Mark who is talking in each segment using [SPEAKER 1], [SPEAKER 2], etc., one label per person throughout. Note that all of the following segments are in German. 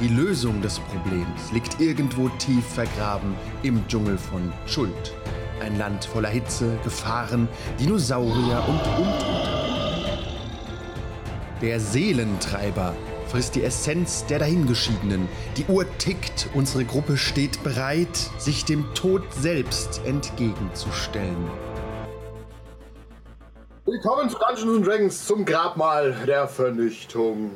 [SPEAKER 1] Die Lösung des Problems liegt irgendwo tief vergraben im Dschungel von Schuld. Ein Land voller Hitze, Gefahren, Dinosaurier und Untote. Der Seelentreiber frisst die Essenz der Dahingeschiedenen. Die Uhr tickt, unsere Gruppe steht bereit, sich dem Tod selbst entgegenzustellen.
[SPEAKER 2] Willkommen zu Dungeons and Dragons zum Grabmal der Vernichtung.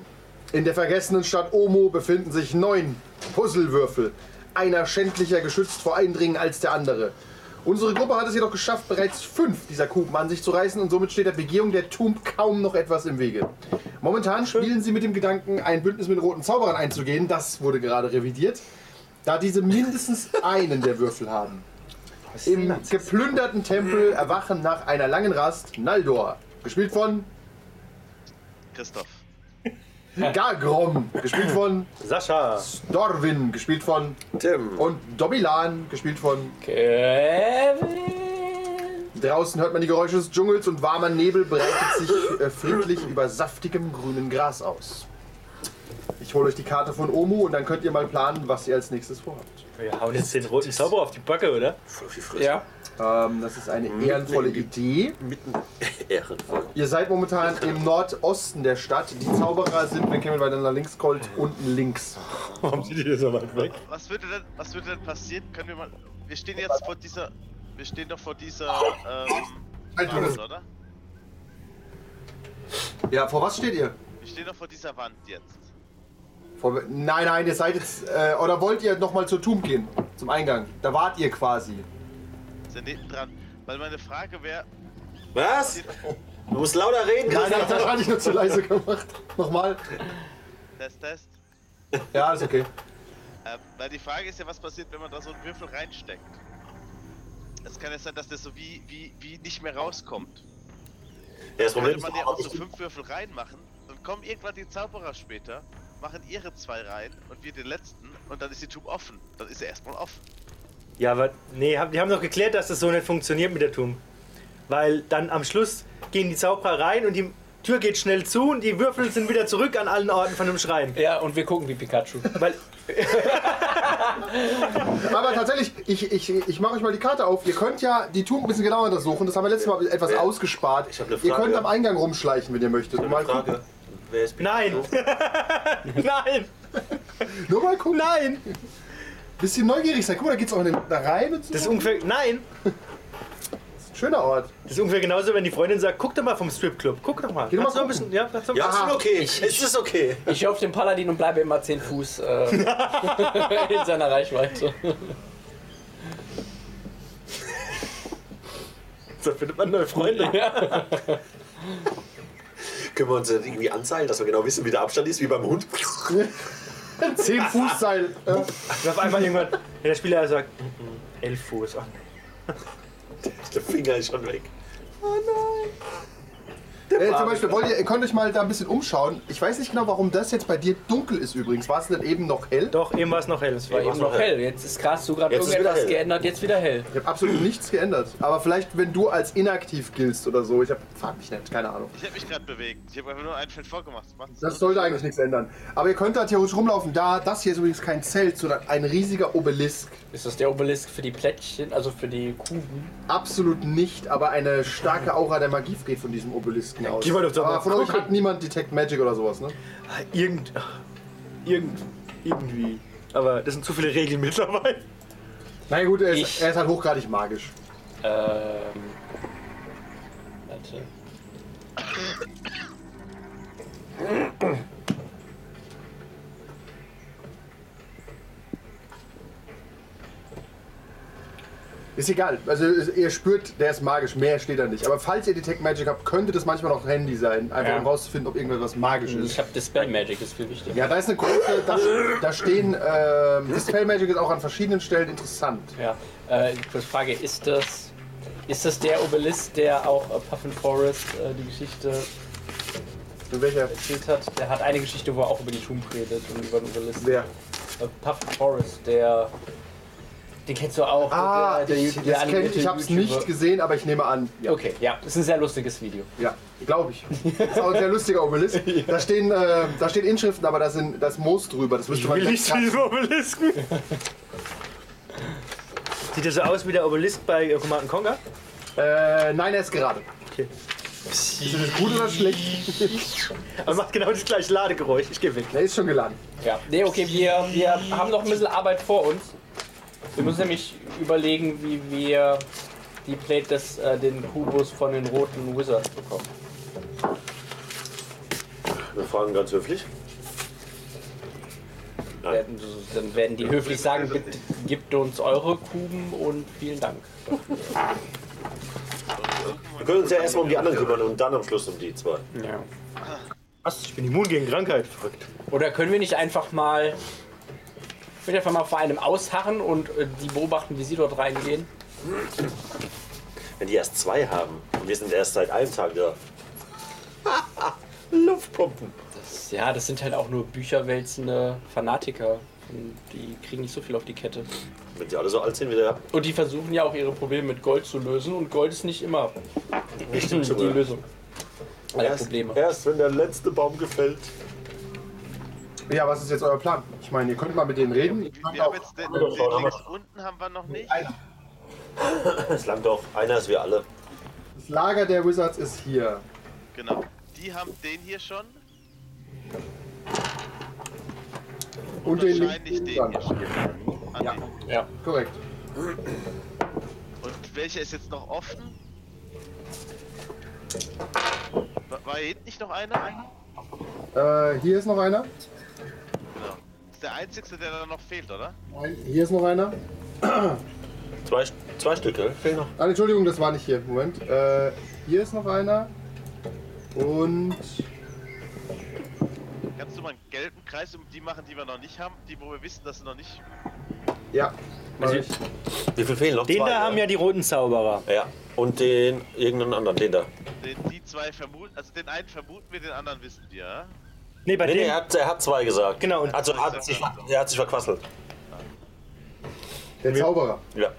[SPEAKER 2] In der vergessenen Stadt Omo befinden sich neun Puzzlewürfel, einer schändlicher geschützt vor Eindringen als der andere. Unsere Gruppe hat es jedoch geschafft, bereits fünf dieser Kuben an sich zu reißen und somit steht der Begehung der Tomb kaum noch etwas im Wege. Momentan spielen sie mit dem Gedanken, ein Bündnis mit roten Zauberern einzugehen, das wurde gerade revidiert, da diese mindestens einen der Würfel haben. Im geplünderten Tempel erwachen nach einer langen Rast Naldor, gespielt von
[SPEAKER 3] Christoph.
[SPEAKER 2] Gagrom, gespielt von
[SPEAKER 4] Sascha.
[SPEAKER 2] Dorwin, gespielt von
[SPEAKER 5] Tim.
[SPEAKER 2] und Dobilan, gespielt von
[SPEAKER 4] Kevin.
[SPEAKER 2] Draußen hört man die Geräusche des Dschungels und warmer Nebel breitet sich äh, friedlich über saftigem grünen Gras aus. Ich hole euch die Karte von Omu und dann könnt ihr mal planen, was ihr als nächstes vorhabt.
[SPEAKER 4] Wir hauen jetzt den roten Zauber auf die Backe, oder?
[SPEAKER 5] Ja.
[SPEAKER 2] Ähm, das ist eine ehrenvolle Idee.
[SPEAKER 5] Mitten ehrenvoll.
[SPEAKER 2] Ihr seid momentan im Nordosten der Stadt. Die Zauberer sind, wenn Kevin weiter nach links scrollt, unten links.
[SPEAKER 4] Warum sind die denn so weit weg?
[SPEAKER 3] Was würde denn, was würde denn passieren? Können wir mal. Wir stehen jetzt vor dieser. Wir stehen doch vor dieser. Ähm,
[SPEAKER 2] Halt
[SPEAKER 3] Wand, oder?
[SPEAKER 2] Ja, vor was steht ihr?
[SPEAKER 3] Wir stehen doch vor dieser Wand jetzt.
[SPEAKER 2] Vor, nein, nein, ihr seid jetzt. Äh, oder wollt ihr nochmal zur Tomb gehen? Zum Eingang. Da wart ihr quasi.
[SPEAKER 3] Ist ja nebendran. Weil meine Frage wäre.
[SPEAKER 5] Was? Du musst lauter reden,
[SPEAKER 2] Nein, nein, das
[SPEAKER 5] Christoph.
[SPEAKER 2] hatte ich nur zu leise gemacht. Nochmal.
[SPEAKER 3] Test, Test.
[SPEAKER 2] Ja, ist okay.
[SPEAKER 3] Ähm, weil die Frage ist ja, was passiert, wenn man da so einen Würfel reinsteckt. Es kann ja sein, dass der so wie, wie, wie nicht mehr rauskommt.
[SPEAKER 5] Ja, das Problem
[SPEAKER 3] Könnte
[SPEAKER 5] ist,
[SPEAKER 3] man ja auch so
[SPEAKER 5] auch,
[SPEAKER 3] fünf Würfel reinmachen und kommen irgendwann die Zauberer später, machen ihre zwei rein und wir den letzten und dann ist die Tube offen. Dann ist er erstmal offen.
[SPEAKER 4] Ja, aber nee, hab- die haben doch geklärt, dass das so nicht funktioniert mit der Turm. Weil dann am Schluss gehen die Zauberer rein und die Tür geht schnell zu und die Würfel sind wieder zurück an allen Orten von dem Schrein.
[SPEAKER 6] Ja, und wir gucken wie Pikachu.
[SPEAKER 4] Weil
[SPEAKER 2] Aber tatsächlich, ich, ich, ich mache euch mal die Karte auf. Ihr könnt ja die Tomb ein bisschen genauer untersuchen. Das haben wir letztes Mal etwas ausgespart.
[SPEAKER 5] Ich hab eine
[SPEAKER 2] Ihr
[SPEAKER 5] Frage.
[SPEAKER 2] könnt am Eingang rumschleichen, wenn ihr möchtet. Nur mal, gucken.
[SPEAKER 5] Frage. Wer ist
[SPEAKER 4] nein. nein.
[SPEAKER 2] Nur mal gucken.
[SPEAKER 4] Nein.
[SPEAKER 2] Bisschen neugierig sein. Guck mal, da geht's auch in den, da rein und so.
[SPEAKER 4] Das ist ungefähr nein.
[SPEAKER 2] ein schöner Ort.
[SPEAKER 4] Das ist ungefähr genauso, wenn die Freundin sagt, guck doch mal vom Stripclub. Guck doch mal.
[SPEAKER 2] doch mal
[SPEAKER 4] Kannst du
[SPEAKER 2] gucken.
[SPEAKER 4] ein bisschen, ja, kannst du
[SPEAKER 5] Ja, ist
[SPEAKER 2] Aha.
[SPEAKER 5] schon okay. Ist das okay?
[SPEAKER 6] Ich auf den Paladin und bleibe immer 10 Fuß äh, in seiner Reichweite.
[SPEAKER 4] Da findet man neue Freunde.
[SPEAKER 5] Können wir uns das irgendwie anzeigen, dass wir genau wissen, wie der Abstand ist, wie beim Hund?
[SPEAKER 2] Zehn Fußseil. Äh,
[SPEAKER 4] Und auf einmal irgendwann, wenn der Spieler sagt, "Mm, mm, elf Fuß. Ach,
[SPEAKER 5] der Finger ist schon weg.
[SPEAKER 2] äh, zum Beispiel, wollt ihr, ihr könnt euch mal da ein bisschen umschauen. Ich weiß nicht genau, warum das jetzt bei dir dunkel ist übrigens. War es denn eben noch hell?
[SPEAKER 4] Doch, eben war es noch hell. Es war
[SPEAKER 6] War eben
[SPEAKER 5] noch
[SPEAKER 6] noch hell. Jetzt ist krass, du gerade
[SPEAKER 5] Jetzt ist wieder
[SPEAKER 6] irgendetwas
[SPEAKER 5] hell.
[SPEAKER 6] geändert, jetzt wieder hell.
[SPEAKER 2] Ich habe absolut nichts geändert. Aber vielleicht, wenn du als inaktiv giltst oder so. Ich hab, frag mich nicht, keine Ahnung.
[SPEAKER 3] Ich habe mich gerade bewegt. Ich habe einfach nur ein Feld vorgemacht. Macht's
[SPEAKER 2] Das
[SPEAKER 3] gut.
[SPEAKER 2] sollte eigentlich nichts ändern. Aber ihr könnt da theoretisch rumlaufen. Da, das hier ist übrigens kein Zelt, sondern ein riesiger Obelisk.
[SPEAKER 6] Ist das der Obelisk für die Plättchen, also für die Kuben?
[SPEAKER 2] Absolut nicht, aber eine starke Aura der Magie geht von diesem Obelisken aus.
[SPEAKER 4] gehen wir doch da
[SPEAKER 2] aber
[SPEAKER 4] mal
[SPEAKER 2] von euch
[SPEAKER 4] gucken.
[SPEAKER 2] hat niemand Detect Magic oder sowas, ne?
[SPEAKER 4] Ah, Irgend, ach, irgend, irgendwie. Aber das sind zu viele Regeln mittlerweile.
[SPEAKER 2] Na gut, er ist,
[SPEAKER 6] Ich-
[SPEAKER 2] er ist halt hochgradig magisch.
[SPEAKER 6] Ähm. Warte.
[SPEAKER 2] Ist egal. Also ihr spürt, der ist magisch, mehr steht da nicht. Aber falls ihr Detect Magic habt, könnte das manchmal noch Handy sein, einfach
[SPEAKER 4] Ja.
[SPEAKER 2] um rauszufinden, ob irgendwas was magisch
[SPEAKER 6] Ich
[SPEAKER 2] ist.
[SPEAKER 6] habe Dispel Magic, ist viel wichtiger.
[SPEAKER 2] Ja, da ist eine große, da, da stehen, ähm, Dispel Magic ist auch an verschiedenen Stellen interessant.
[SPEAKER 6] Ja. Äh, kurze Frage, ist das, ist das der Obelisk, der auch äh, Puffin Forest äh, die Geschichte
[SPEAKER 2] In welcher?
[SPEAKER 6] erzählt hat? Der hat eine Geschichte, wo er auch über die Tomb redet und über den Obelisk.
[SPEAKER 2] Wer?
[SPEAKER 6] Äh, Puffin Forest, der... Den kennst du auch.
[SPEAKER 2] Ah,
[SPEAKER 6] der, der,
[SPEAKER 2] ich,
[SPEAKER 6] der
[SPEAKER 2] das kenn
[SPEAKER 6] animierte
[SPEAKER 2] ich, ich hab's
[SPEAKER 6] YouTuber.
[SPEAKER 2] nicht gesehen, aber ich nehme an. Ja,
[SPEAKER 6] Okay, ja, ist ein sehr lustiges Video.
[SPEAKER 2] ja glaube ich. Das ist auch ein sehr lustiger Obelisk. Da, stehen, äh, da stehen Inschriften, aber da, sind, da ist Moos drüber. Das müsste man
[SPEAKER 4] Will ich diesen Obelisken? Sieht er so aus wie der Obelisk bei äh, Command and Conquer?
[SPEAKER 2] äh, Nein, er ist gerade.
[SPEAKER 4] Okay.
[SPEAKER 2] Ist das gut oder schlecht?
[SPEAKER 4] Aber macht genau das gleiche Ladegeräusch. Ich geh weg.
[SPEAKER 2] Er ist schon geladen.
[SPEAKER 6] Ja, nee, okay, wir, wir haben noch ein bisschen Arbeit vor uns. Wir müssen nämlich überlegen, wie wir die Plate des, äh, den Kubus von den roten Wizards bekommen.
[SPEAKER 5] Wir fragen ganz höflich.
[SPEAKER 6] Werden, dann werden die höflich sagen, bitte gebt uns eure Kuben und vielen Dank.
[SPEAKER 5] Wir können uns ja erstmal um die anderen kümmern und dann am Schluss um die zwei.
[SPEAKER 6] Ja.
[SPEAKER 4] Was? Ich bin immun gegen Krankheit. Verrückt.
[SPEAKER 6] Oder können wir nicht einfach mal, können wir einfach mal vor einem ausharren und äh, die beobachten, wie sie dort reingehen?
[SPEAKER 5] Wenn die erst zwei haben und wir sind erst seit einem Tag da. Luftpumpen.
[SPEAKER 6] Das, ja, das sind halt auch nur bücherwälzende Fanatiker. Und die kriegen nicht so viel auf die Kette.
[SPEAKER 5] Wenn die alle so alt sind wie der
[SPEAKER 6] Und die versuchen ja auch ihre Probleme mit Gold zu lösen und Gold ist nicht immer die
[SPEAKER 5] Stimmt sogar.
[SPEAKER 6] Lösung aller
[SPEAKER 5] erst,
[SPEAKER 6] Probleme.
[SPEAKER 5] erst wenn der letzte Baum gefällt.
[SPEAKER 2] Ja, was ist jetzt euer Plan? Ich meine, ihr könnt mal mit denen reden. Ihr könnt
[SPEAKER 3] Wir haben
[SPEAKER 2] auch-
[SPEAKER 3] jetzt den, den links unten haben wir noch nicht.
[SPEAKER 2] Einer.
[SPEAKER 5] Es langt doch. Einer ist wir alle.
[SPEAKER 2] Das Lager der Wizards ist hier.
[SPEAKER 3] Genau. Die haben den hier schon.
[SPEAKER 2] Und den
[SPEAKER 3] Wahrscheinlich den
[SPEAKER 2] linken
[SPEAKER 3] hier
[SPEAKER 2] Wand.
[SPEAKER 3] schon. Ah, An
[SPEAKER 2] Ja.
[SPEAKER 3] den.
[SPEAKER 6] Ja.
[SPEAKER 2] Korrekt.
[SPEAKER 3] Und welcher ist jetzt noch offen? War- War hier hinten nicht noch einer?
[SPEAKER 2] Äh, hier ist noch einer.
[SPEAKER 3] Genau. Ist der einzige, der da noch fehlt, oder?
[SPEAKER 2] Nein, hier ist noch einer.
[SPEAKER 5] Zwei, zwei Stück, ne? Fehlen noch.
[SPEAKER 2] Ah, Entschuldigung, das war nicht hier. Moment. Äh, hier ist noch einer. Und
[SPEAKER 3] Kannst du mal einen gelben Kreis um die machen, die wir noch nicht haben, die wo wir wissen, dass sie noch nicht.
[SPEAKER 2] ja. mach ich.
[SPEAKER 5] Wie viel fehlen noch?
[SPEAKER 4] Den
[SPEAKER 5] zwei,
[SPEAKER 4] da haben ja die roten Zauberer.
[SPEAKER 5] ja. Ja. Und den irgendeinen anderen, den da.
[SPEAKER 3] Den, die zwei vermuten, also den einen vermuten wir, den anderen wissen wir. ja?
[SPEAKER 4] Nee, bei
[SPEAKER 5] Nee,
[SPEAKER 4] dem.
[SPEAKER 5] nee, er hat, er hat zwei gesagt.
[SPEAKER 4] Genau, und-
[SPEAKER 5] Also er hat sich, er hat sich verquasselt.
[SPEAKER 2] Der Zauberer.
[SPEAKER 5] Ja.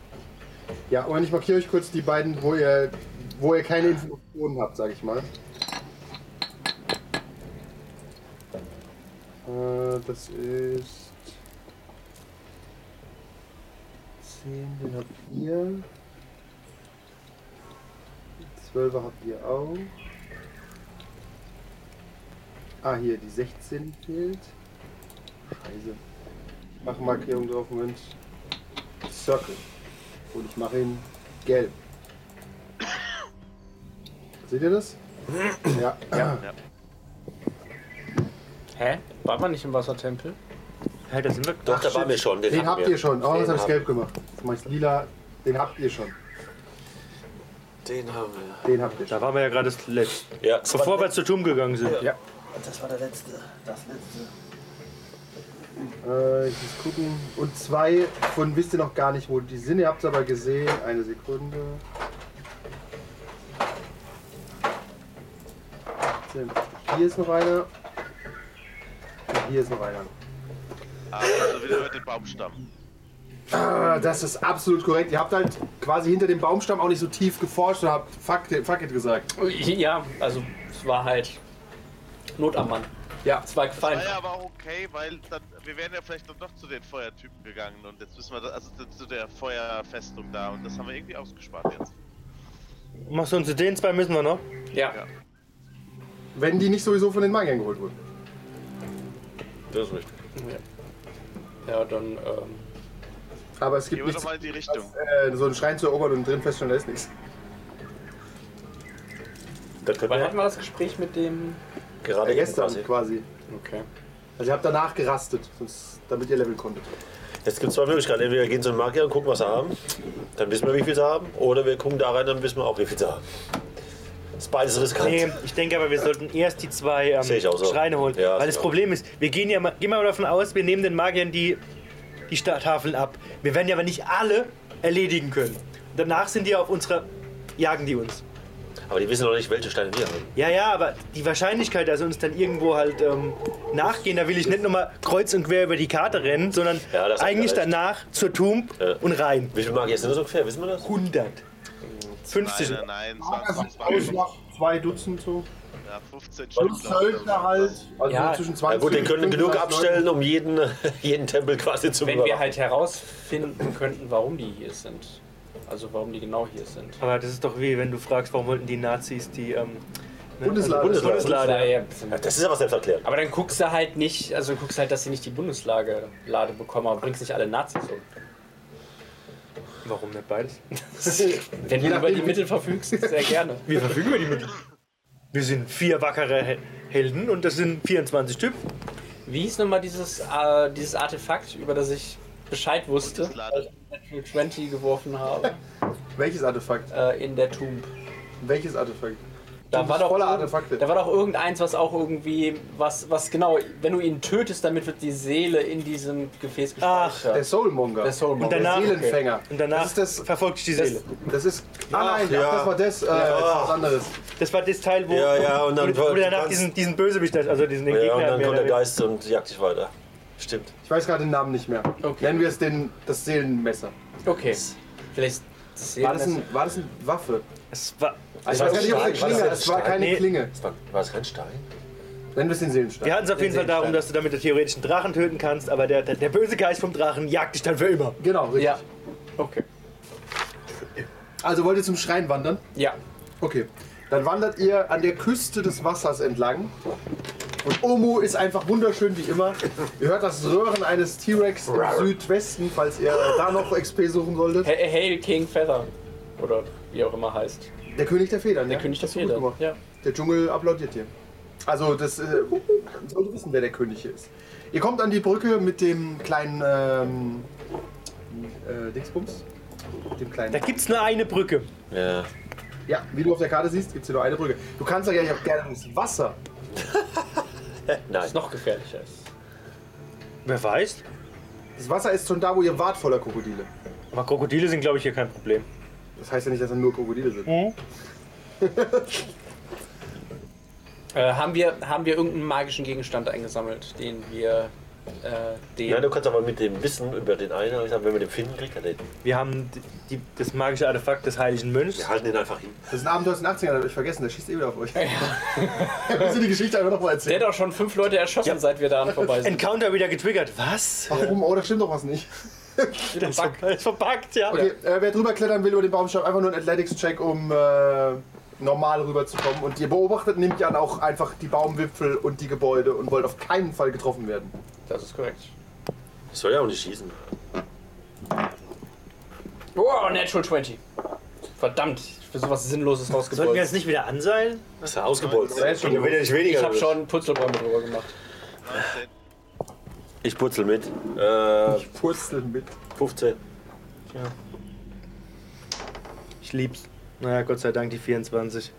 [SPEAKER 2] Ja, und ich markiere euch kurz die beiden, wo ihr, wo ihr keine Informationen habt, sag ich mal. Äh, das ist. 10, den habt ihr. 12 habt ihr auch. Ah, hier, die 16 fehlt. Scheiße. Ich mache Markierung drauf, Moment. Circle. Und ich mache ihn gelb. Seht ihr das? Ja.
[SPEAKER 6] Hä? War man nicht im Wassertempel?
[SPEAKER 4] Hey, da sind wir.
[SPEAKER 5] Doch, da waren wir schon. Den,
[SPEAKER 2] Den
[SPEAKER 5] hatten
[SPEAKER 2] habt
[SPEAKER 5] wir.
[SPEAKER 2] ihr schon. Oh, das
[SPEAKER 5] Den
[SPEAKER 2] habe ich
[SPEAKER 5] haben-
[SPEAKER 2] gelb gemacht. Jetzt mache ich lila. Den habt ihr schon.
[SPEAKER 5] Den haben wir.
[SPEAKER 2] Den habt ihr schon.
[SPEAKER 4] Da waren wir ja gerade das letzte.
[SPEAKER 5] Ja,
[SPEAKER 4] Bevor wir zu Turm gegangen sind.
[SPEAKER 5] Das war der letzte. Das letzte.
[SPEAKER 2] Äh, ich muss gucken. Und zwei von wisst ihr noch gar nicht, wo die sind. Ihr habt es aber gesehen. Eine Sekunde. 18. Hier ist noch einer. Und hier ist noch einer.
[SPEAKER 3] Ah, also wieder mit dem Baumstamm.
[SPEAKER 2] Ah, Das ist absolut korrekt. Ihr habt halt quasi hinter dem Baumstamm auch nicht so tief geforscht und habt fuck, it- fuck it gesagt.
[SPEAKER 6] Ja, also es war halt Not am Mann.
[SPEAKER 2] Ja.
[SPEAKER 6] Es war
[SPEAKER 3] War
[SPEAKER 6] gefallen.
[SPEAKER 3] ja aber auch okay, weil dann, wir wären ja vielleicht dann doch zu den Feuertypen gegangen und jetzt müssen wir, das, also zu- zu der Feuerfestung da und das haben wir irgendwie ausgespart jetzt.
[SPEAKER 4] Machst du uns zu den zwei müssen wir noch?
[SPEAKER 6] Ja.
[SPEAKER 3] Ja.
[SPEAKER 2] Wenn die nicht sowieso von den Magiern geholt wurden.
[SPEAKER 5] Das ist richtig.
[SPEAKER 6] Ja, dann ähm,
[SPEAKER 2] Aber es gibt
[SPEAKER 3] Gehen wir
[SPEAKER 2] nichts,
[SPEAKER 3] doch mal in die Richtung.
[SPEAKER 2] äh, so einen Schrein zu erobern und drin feststellen, da ist nichts.
[SPEAKER 5] Da können
[SPEAKER 6] wann hatten
[SPEAKER 5] wir
[SPEAKER 6] wir das Gespräch mit dem
[SPEAKER 5] gerade
[SPEAKER 2] Gestern
[SPEAKER 5] gestern.
[SPEAKER 2] quasi.
[SPEAKER 6] Okay.
[SPEAKER 2] Also ihr habt danach gerastet, sonst, damit ihr leveln konntet.
[SPEAKER 5] Jetzt gibt es zwei Möglichkeiten. Entweder wir gehen zu einem Magier und gucken, was wir haben. Dann wissen wir, wie viel sie haben. Oder wir gucken da rein, dann wissen wir auch, wie viel sie haben. Das ist beides riskant.
[SPEAKER 4] Nee, Äh, ich denke aber, wir sollten erst die zwei ähm,
[SPEAKER 5] Sehe ich auch so.
[SPEAKER 4] Schreine holen.
[SPEAKER 5] Ja,
[SPEAKER 4] weil
[SPEAKER 5] sehe
[SPEAKER 4] das
[SPEAKER 5] ich auch.
[SPEAKER 4] Problem ist, wir gehen ja mal, gehen mal davon aus, wir nehmen den Magiern die, die Stadttafeln ab. Wir werden ja aber nicht alle erledigen können. Und danach sind die auf unserer. jagen die uns.
[SPEAKER 5] Aber die wissen noch nicht, welche Steine wir haben.
[SPEAKER 4] Ja, ja, aber die Wahrscheinlichkeit, dass sie uns dann irgendwo halt ähm, nachgehen, da will ich nicht nochmal kreuz und quer über die Karte rennen, sondern
[SPEAKER 5] Ja, das hat
[SPEAKER 4] eigentlich
[SPEAKER 5] er recht.
[SPEAKER 4] danach zur Tomb
[SPEAKER 5] Ja.
[SPEAKER 4] und rein.
[SPEAKER 5] Wie viel Magier sind das ungefähr? Wissen wir das?
[SPEAKER 4] 100. 50.
[SPEAKER 3] Nein, nein, nein,
[SPEAKER 2] Also
[SPEAKER 3] 20,
[SPEAKER 2] ich
[SPEAKER 3] 20,
[SPEAKER 2] mach zwei Dutzend so.
[SPEAKER 3] ja, 15
[SPEAKER 2] Und
[SPEAKER 3] Stück. glaub ich,
[SPEAKER 2] Söldner halt. Also
[SPEAKER 6] Ja.
[SPEAKER 2] zwischen
[SPEAKER 5] Ja
[SPEAKER 2] 20
[SPEAKER 5] gut, die
[SPEAKER 2] und
[SPEAKER 5] können genug
[SPEAKER 2] 25
[SPEAKER 5] abstellen, um jeden, jeden Tempel quasi zu
[SPEAKER 6] Wenn wir
[SPEAKER 5] überwachen.
[SPEAKER 6] halt herausfinden könnten, warum die hier sind. Also warum die genau hier sind.
[SPEAKER 4] Aber das ist doch wie, wenn du fragst, warum wollten die Nazis die. Ähm, ne,
[SPEAKER 2] Bundeslade.
[SPEAKER 4] also Bundes- Bundeslade.
[SPEAKER 6] Bundeslade, ja.
[SPEAKER 5] Das ist aber selbsterklärend.
[SPEAKER 6] Aber dann guckst du halt nicht, also guckst halt, dass sie nicht die Bundeslade Lade bekommen, aber bringst nicht alle Nazis um.
[SPEAKER 4] Warum nicht beides?
[SPEAKER 6] Wenn du über
[SPEAKER 2] nachdem,
[SPEAKER 6] die
[SPEAKER 2] wie-
[SPEAKER 6] Mittel verfügst, sehr gerne.
[SPEAKER 4] Wir verfügen über die Mittel. Wir sind vier wackere He- Helden und das sind 24 Typen.
[SPEAKER 6] Wie hieß nochmal dieses, äh, dieses Artefakt, über das ich Bescheid wusste, weil
[SPEAKER 3] Bundeslade.
[SPEAKER 6] ich Natural 20 geworfen habe,
[SPEAKER 2] Welches Artefakt?
[SPEAKER 6] äh, in der Tomb?
[SPEAKER 2] Welches Artefakt?
[SPEAKER 6] Da
[SPEAKER 2] Tomb
[SPEAKER 6] war,
[SPEAKER 2] ist
[SPEAKER 6] doch
[SPEAKER 2] voller
[SPEAKER 6] irgend-
[SPEAKER 2] Artefakte.
[SPEAKER 6] da war doch irgendeins, was auch irgendwie, was, was genau, wenn du ihn tötest, damit wird die Seele in diesem Gefäß
[SPEAKER 4] Ach,
[SPEAKER 2] Der
[SPEAKER 6] gespeichert.
[SPEAKER 2] Soulmonger.
[SPEAKER 6] Der Soulmonger.
[SPEAKER 4] Und danach-
[SPEAKER 2] der Seelenfänger.
[SPEAKER 4] Und danach
[SPEAKER 2] Das ist das.
[SPEAKER 4] verfolgt dich die
[SPEAKER 2] Das,
[SPEAKER 4] Seele.
[SPEAKER 2] das ist. Ah nein,
[SPEAKER 5] ja.
[SPEAKER 2] ach, das war das. Äh, was anderes.
[SPEAKER 4] Das war das Teil, wo,
[SPEAKER 5] Ja, ja, und dann-
[SPEAKER 4] wo, wo du danach
[SPEAKER 5] ganz-
[SPEAKER 4] diesen, diesen Bösewicht, hast, also diesen den
[SPEAKER 5] Ja, und
[SPEAKER 4] Gegner.
[SPEAKER 5] dann
[SPEAKER 4] mehr
[SPEAKER 5] kommt der
[SPEAKER 4] oder weniger.
[SPEAKER 5] Geist und jagt dich weiter. Stimmt.
[SPEAKER 2] Ich weiß gerade den Namen nicht mehr.
[SPEAKER 6] Okay.
[SPEAKER 2] Nennen wir es den, das Seelenmesser.
[SPEAKER 6] Okay. Vielleicht das
[SPEAKER 2] War das, ein, war das eine Waffe?
[SPEAKER 4] Es war,
[SPEAKER 2] Also
[SPEAKER 5] war
[SPEAKER 2] ich weiß gar nicht, ob es eine
[SPEAKER 5] Stein, war das
[SPEAKER 2] Klinge
[SPEAKER 5] ein
[SPEAKER 2] Es war
[SPEAKER 5] Stein?
[SPEAKER 2] keine
[SPEAKER 4] Nee.
[SPEAKER 2] Klinge.
[SPEAKER 5] Das war, war das kein Stein?
[SPEAKER 2] Nennen wir es den Seelenstein.
[SPEAKER 4] wir hatten es auf jeden Fall darum, dass du damit den theoretischen Drachen töten kannst, aber der, der, der böse Geist vom Drachen jagt dich dann für immer.
[SPEAKER 2] Genau, richtig.
[SPEAKER 6] Ja. Okay.
[SPEAKER 2] Also wollt ihr zum Schrein wandern?
[SPEAKER 6] Ja.
[SPEAKER 2] Okay. Dann wandert ihr an der Küste des Wassers entlang. Und Omo ist einfach wunderschön wie immer. Ihr hört das Röhren eines T-Rex im Südwesten, falls ihr da noch XP suchen solltet.
[SPEAKER 6] Hail, Hail King Feather. Oder wie auch immer heißt.
[SPEAKER 2] Der König der Federn. Der
[SPEAKER 6] König der
[SPEAKER 2] Gut
[SPEAKER 6] Federn.
[SPEAKER 2] gemacht.
[SPEAKER 6] Ja.
[SPEAKER 2] Der Dschungel applaudiert dir. Also das äh, sollte wissen, wer der König hier ist. Ihr kommt an die Brücke mit dem kleinen ähm, äh, Dingsbums. Dem
[SPEAKER 4] Da
[SPEAKER 2] kleinen.
[SPEAKER 4] gibt's nur eine Brücke.
[SPEAKER 5] Ja.
[SPEAKER 2] Ja, wie du auf der Karte siehst, gibt es hier nur eine Brücke. Du kannst ja gleich auch gerne ins Wasser.
[SPEAKER 5] Nein.
[SPEAKER 6] Was noch gefährlicher ist.
[SPEAKER 4] Wer weiß?
[SPEAKER 2] Das Wasser ist schon da, wo ihr wart voller Krokodile.
[SPEAKER 4] Aber Krokodile sind, glaube ich, hier kein Problem.
[SPEAKER 2] Das heißt ja nicht, dass da nur Krokodile sind.
[SPEAKER 6] Äh, haben, wir, haben wir irgendeinen magischen Gegenstand eingesammelt, den wir. Äh, den.
[SPEAKER 5] Nein, du kannst aber mit dem Wissen über den einen, hab ich gesagt, wenn wir den finden, kriegt er den.
[SPEAKER 4] Wir haben die, die, das magische Artefakt des Heiligen Mönchs.
[SPEAKER 5] Wir halten den einfach hin.
[SPEAKER 2] Das ist ein Abenteuer aus den 80ern, hab ich vergessen, der schießt eh wieder auf euch. Müsst ihr die Geschichte einfach nochmal
[SPEAKER 6] der
[SPEAKER 2] erzählen.
[SPEAKER 6] hat auch schon fünf Leute erschossen, seit wir daran vorbei sind.
[SPEAKER 4] Encounter wieder getriggert. Was?
[SPEAKER 2] Warum? Oh, da stimmt doch was nicht.
[SPEAKER 4] Das ist ver- ist verpackt, ja.
[SPEAKER 2] Okay, äh, wer drüber klettern will über den Baumstamm, einfach nur einen Athletics-Check, um äh, normal rüberzukommen. Und ihr beobachtet, nehmt ihr an, auch einfach die Baumwipfel und die Gebäude und wollt auf keinen Fall getroffen werden.
[SPEAKER 6] Das ist korrekt.
[SPEAKER 5] Ich soll ja auch nicht schießen.
[SPEAKER 6] Wow, Natural 20. Verdammt, für sowas Sinnloses
[SPEAKER 4] Sollten wir
[SPEAKER 6] rausgebolzt.
[SPEAKER 4] jetzt nicht wieder anseilen?
[SPEAKER 5] Das ist ja ausgebolzt.
[SPEAKER 2] Ja, ist schon
[SPEAKER 5] Und wenn er nicht
[SPEAKER 6] Ich
[SPEAKER 5] weniger
[SPEAKER 6] habe
[SPEAKER 5] wird.
[SPEAKER 6] schon Putzelbäume drüber gemacht.
[SPEAKER 3] 19.
[SPEAKER 5] Ich putzel mit. Äh,
[SPEAKER 2] Purzel mit.
[SPEAKER 5] 15.
[SPEAKER 4] Ich lieb's. Naja, Gott sei Dank die 24.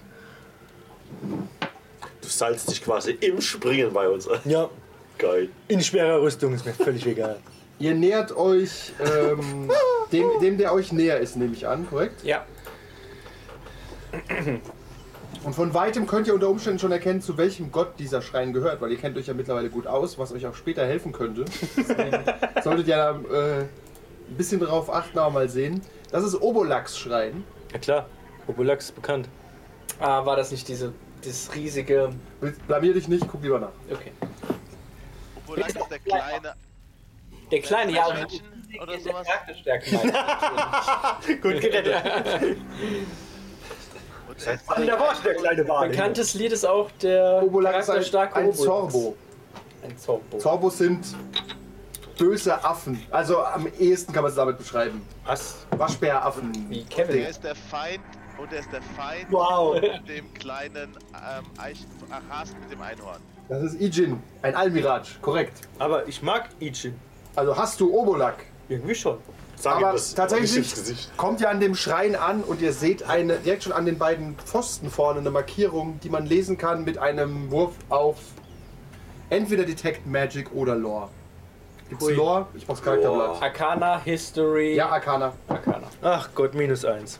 [SPEAKER 5] Du salzt dich quasi im Springen bei uns. an.
[SPEAKER 4] Ja.
[SPEAKER 5] Geil.
[SPEAKER 4] In schwerer Rüstung ist mir völlig egal.
[SPEAKER 2] Ihr nähert euch ähm, dem, dem, der euch näher ist, nehme ich an, korrekt?
[SPEAKER 6] Ja.
[SPEAKER 2] Und von weitem könnt ihr unter Umständen schon erkennen, zu welchem Gott dieser Schrein gehört, weil ihr kennt euch ja mittlerweile gut aus, was euch auch später helfen könnte. Deswegen Solltet ihr da äh, ein bisschen drauf achten, aber mal sehen. Das ist Obolax-Schrein.
[SPEAKER 4] Ja klar, Obolax ist bekannt.
[SPEAKER 6] Ah, war das nicht diese, dieses riesige.
[SPEAKER 2] Blamier dich nicht, guck lieber nach.
[SPEAKER 6] Okay.
[SPEAKER 3] Obwohl das ist der kleine
[SPEAKER 6] Der kleine, ja.
[SPEAKER 3] Menschen oder sowas.
[SPEAKER 6] Charakterstärke.
[SPEAKER 4] Gut gerettet.
[SPEAKER 3] Und der ist
[SPEAKER 4] da war schon der kleine Bade.
[SPEAKER 6] Bekanntes Lied ist auch der
[SPEAKER 2] Obolax ist ein,
[SPEAKER 6] charakterstarke
[SPEAKER 2] ein
[SPEAKER 6] Obolax.
[SPEAKER 2] Zorbo.
[SPEAKER 6] Ein Zorbo.
[SPEAKER 2] Zorbos sind böse Affen. Also am ehesten kann man es damit beschreiben.
[SPEAKER 6] Was?
[SPEAKER 2] Waschbäraffen.
[SPEAKER 6] Wie Kevin.
[SPEAKER 3] der ist der Feind und der ist der Feind
[SPEAKER 4] Wow.
[SPEAKER 3] mit dem kleinen ähm, Eich, ach, Hasen mit dem Einhorn.
[SPEAKER 2] Das ist Ijin, ein Almiraj, korrekt.
[SPEAKER 4] Aber ich mag Ichin.
[SPEAKER 2] Also hast du Obolak.
[SPEAKER 4] Irgendwie schon.
[SPEAKER 5] Sag
[SPEAKER 2] Aber
[SPEAKER 5] ihm das. Nicht
[SPEAKER 2] tatsächlich
[SPEAKER 5] ins Gesicht.
[SPEAKER 2] kommt ihr an dem Schrein an und ihr seht eine, direkt schon an den beiden Pfosten vorne eine Markierung, die man lesen kann mit einem Wurf auf entweder Detect Magic oder Lore. Gibt's
[SPEAKER 4] Hui.
[SPEAKER 2] Lore? Ich brauch's Charakterblatt.
[SPEAKER 6] Arcana, History.
[SPEAKER 2] Ja, Arcana.
[SPEAKER 6] Arcana.
[SPEAKER 4] Ach Gott, minus eins.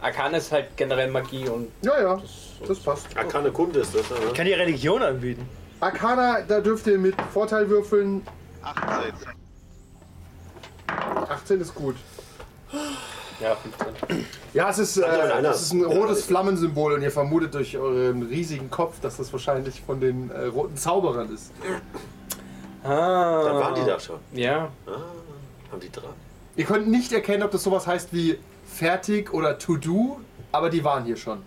[SPEAKER 6] Arcana ist halt generell Magie und
[SPEAKER 2] Ja, ja, das passt.
[SPEAKER 5] Arkane Kunde ist das, ne?
[SPEAKER 4] Ich kann dir Religion anbieten.
[SPEAKER 2] Arcana, da dürft ihr mit Vorteil würfeln.
[SPEAKER 3] 18.
[SPEAKER 2] 18 ist gut.
[SPEAKER 6] ja, 15.
[SPEAKER 2] Ja, es ist, äh,
[SPEAKER 5] nein, Also nein.
[SPEAKER 2] es ist ein
[SPEAKER 5] Ja,
[SPEAKER 2] rotes
[SPEAKER 5] ich-
[SPEAKER 2] Flammensymbol und ihr vermutet durch euren riesigen Kopf, dass das wahrscheinlich von den äh, roten Zauberern ist.
[SPEAKER 6] Ah.
[SPEAKER 5] Dann waren die da schon.
[SPEAKER 6] Ja.
[SPEAKER 5] Haben die dran.
[SPEAKER 2] Ihr könnt nicht erkennen, ob das sowas heißt wie fertig oder to do, aber die waren hier schon.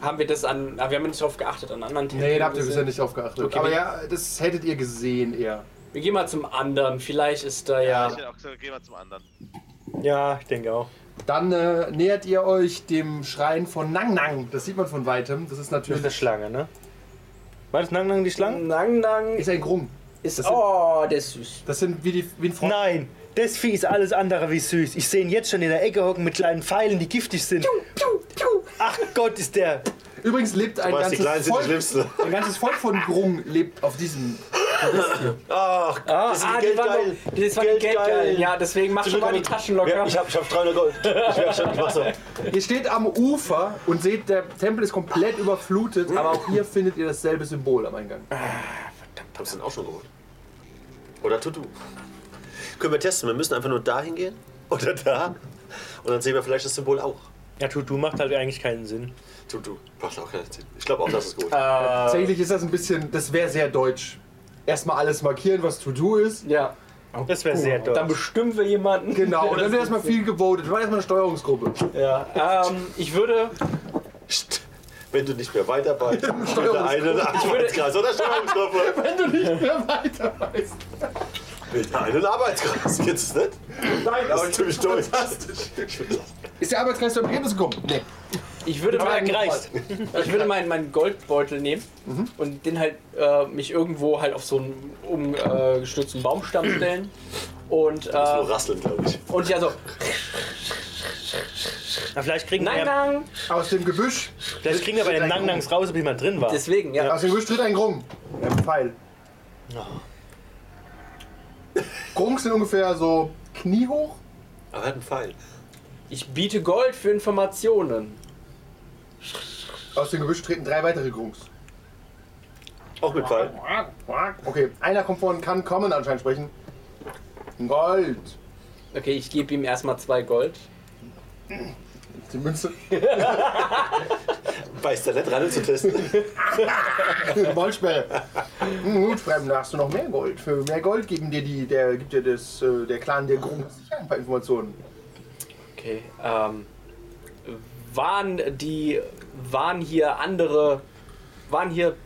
[SPEAKER 6] Haben wir das an. Ah, wir haben nicht drauf geachtet, an anderen Tempeln.
[SPEAKER 2] Nee, da habt ihr bisher
[SPEAKER 6] gesehen.
[SPEAKER 2] nicht drauf geachtet.
[SPEAKER 6] Okay,
[SPEAKER 2] aber
[SPEAKER 6] wir-
[SPEAKER 2] ja, das hättet ihr gesehen eher.
[SPEAKER 6] Wir gehen mal zum anderen. Vielleicht ist da ja.
[SPEAKER 3] Ich hätte auch gesagt, gehen wir zum anderen.
[SPEAKER 4] Ja, ich denke auch.
[SPEAKER 2] Dann äh, nähert ihr euch dem Schrein von Nang Nang. Das sieht man von weitem. Das ist
[SPEAKER 4] Das ist eine
[SPEAKER 2] natürlich.
[SPEAKER 4] Schlange, ne? War das Nang Nang die Schlange?
[SPEAKER 6] Nang Nang
[SPEAKER 2] Ist ein Grumm.
[SPEAKER 6] ist.
[SPEAKER 2] das sind-
[SPEAKER 6] Oh, der ist süß.
[SPEAKER 2] Das sind wie, die, wie ein Frosch.
[SPEAKER 4] Nein, das Vieh ist alles andere wie süß. Ich sehe ihn jetzt schon in der Ecke hocken mit kleinen Pfeilen, die giftig sind. Ach Gott, ist der.
[SPEAKER 2] Übrigens lebt ein
[SPEAKER 5] Weißt die Kleinen
[SPEAKER 2] ganzes,
[SPEAKER 5] sind die
[SPEAKER 2] Volk,
[SPEAKER 5] Schlimmsten.
[SPEAKER 2] ein ganzes Volk von Grung lebt auf diesem.
[SPEAKER 6] Ah,
[SPEAKER 5] Ach, das ist
[SPEAKER 6] ah, die waren
[SPEAKER 5] Geldgeil.
[SPEAKER 6] doch, das war die Geldgeil. Ja, deswegen mach schon mal die Taschen locker.
[SPEAKER 5] Ja, ich hab, ich hab 300 Gold. Ich wär schon, ich mach so.
[SPEAKER 2] Ihr steht am Ufer und seht, der Tempel ist komplett überflutet, aber auch hier findet ihr dasselbe Symbol am Eingang.
[SPEAKER 5] Ah. Haben sie den auch schon geholt? Oder Tutu? Können wir testen. Wir müssen einfach nur da hingehen oder da. Und dann sehen wir vielleicht das Symbol auch.
[SPEAKER 4] Ja, Tutu macht halt eigentlich keinen Sinn.
[SPEAKER 5] Tutu. Macht auch keinen Sinn. Ich glaube auch, das ist gut.
[SPEAKER 2] Tatsächlich ist das ein bisschen, das wäre sehr deutsch. Erstmal alles markieren, was to do ist.
[SPEAKER 6] Ja.
[SPEAKER 4] Das wäre sehr
[SPEAKER 6] Dann
[SPEAKER 4] doof.
[SPEAKER 6] bestimmen wir jemanden.
[SPEAKER 2] Genau, und dann wird erstmal viel gewotet. Wir machen erstmal eine Steuerungsgruppe.
[SPEAKER 6] Ja. Ähm, ich würde.
[SPEAKER 5] Psst. Wenn du nicht mehr weiter weißt, mit der einen Arbeitskreis oder Steuerungsgruppe.
[SPEAKER 2] Wenn du nicht mehr weiter weißt.
[SPEAKER 5] Mit der einen Arbeitskreis geht's nicht.
[SPEAKER 2] Nein,
[SPEAKER 5] Das ist ziemlich deutsch.
[SPEAKER 2] Ist der Arbeitskreis zu einem Ergebnis gekommen? Nee.
[SPEAKER 6] Ich würde
[SPEAKER 2] Aber er
[SPEAKER 6] meinen-
[SPEAKER 2] kreist.
[SPEAKER 6] Ich würde meinen meinen Goldbeutel nehmen und den halt äh, mich irgendwo halt auf so einen umgestürzten Baumstamm stellen. Und, äh,
[SPEAKER 5] Nur rasseln, glaube ich.
[SPEAKER 6] und ja so,
[SPEAKER 4] Na, vielleicht kriegen
[SPEAKER 6] nein,
[SPEAKER 4] wir,
[SPEAKER 6] nein.
[SPEAKER 2] Aus dem Gebüsch,
[SPEAKER 4] vielleicht kriegen wir bei den Nang Nangs raus, ob jemand drin war.
[SPEAKER 6] Deswegen, ja.
[SPEAKER 2] aus dem Gebüsch tritt ein Grung. Ein Pfeil. Grungs sind ungefähr so kniehoch.
[SPEAKER 5] Aber er hat einen Pfeil.
[SPEAKER 6] Ich biete Gold für Informationen.
[SPEAKER 2] Aus dem Gebüsch treten drei weitere Grungs.
[SPEAKER 5] Auch mit Pfeil.
[SPEAKER 2] Okay, einer kommt vorne, kann kommen anscheinend sprechen. Gold.
[SPEAKER 6] Okay, ich gebe ihm erstmal zwei Gold.
[SPEAKER 2] Die Münze.
[SPEAKER 5] Weiß der nicht rein zu testen.
[SPEAKER 2] Wollsperre. Hm, Gut, Fremder, hast du noch mehr Gold? Für mehr Gold geben dir die, der gibt dir das, äh, der Clan der Grund sicher ein paar Informationen.
[SPEAKER 6] Okay, ähm, waren die, waren hier andere, waren hier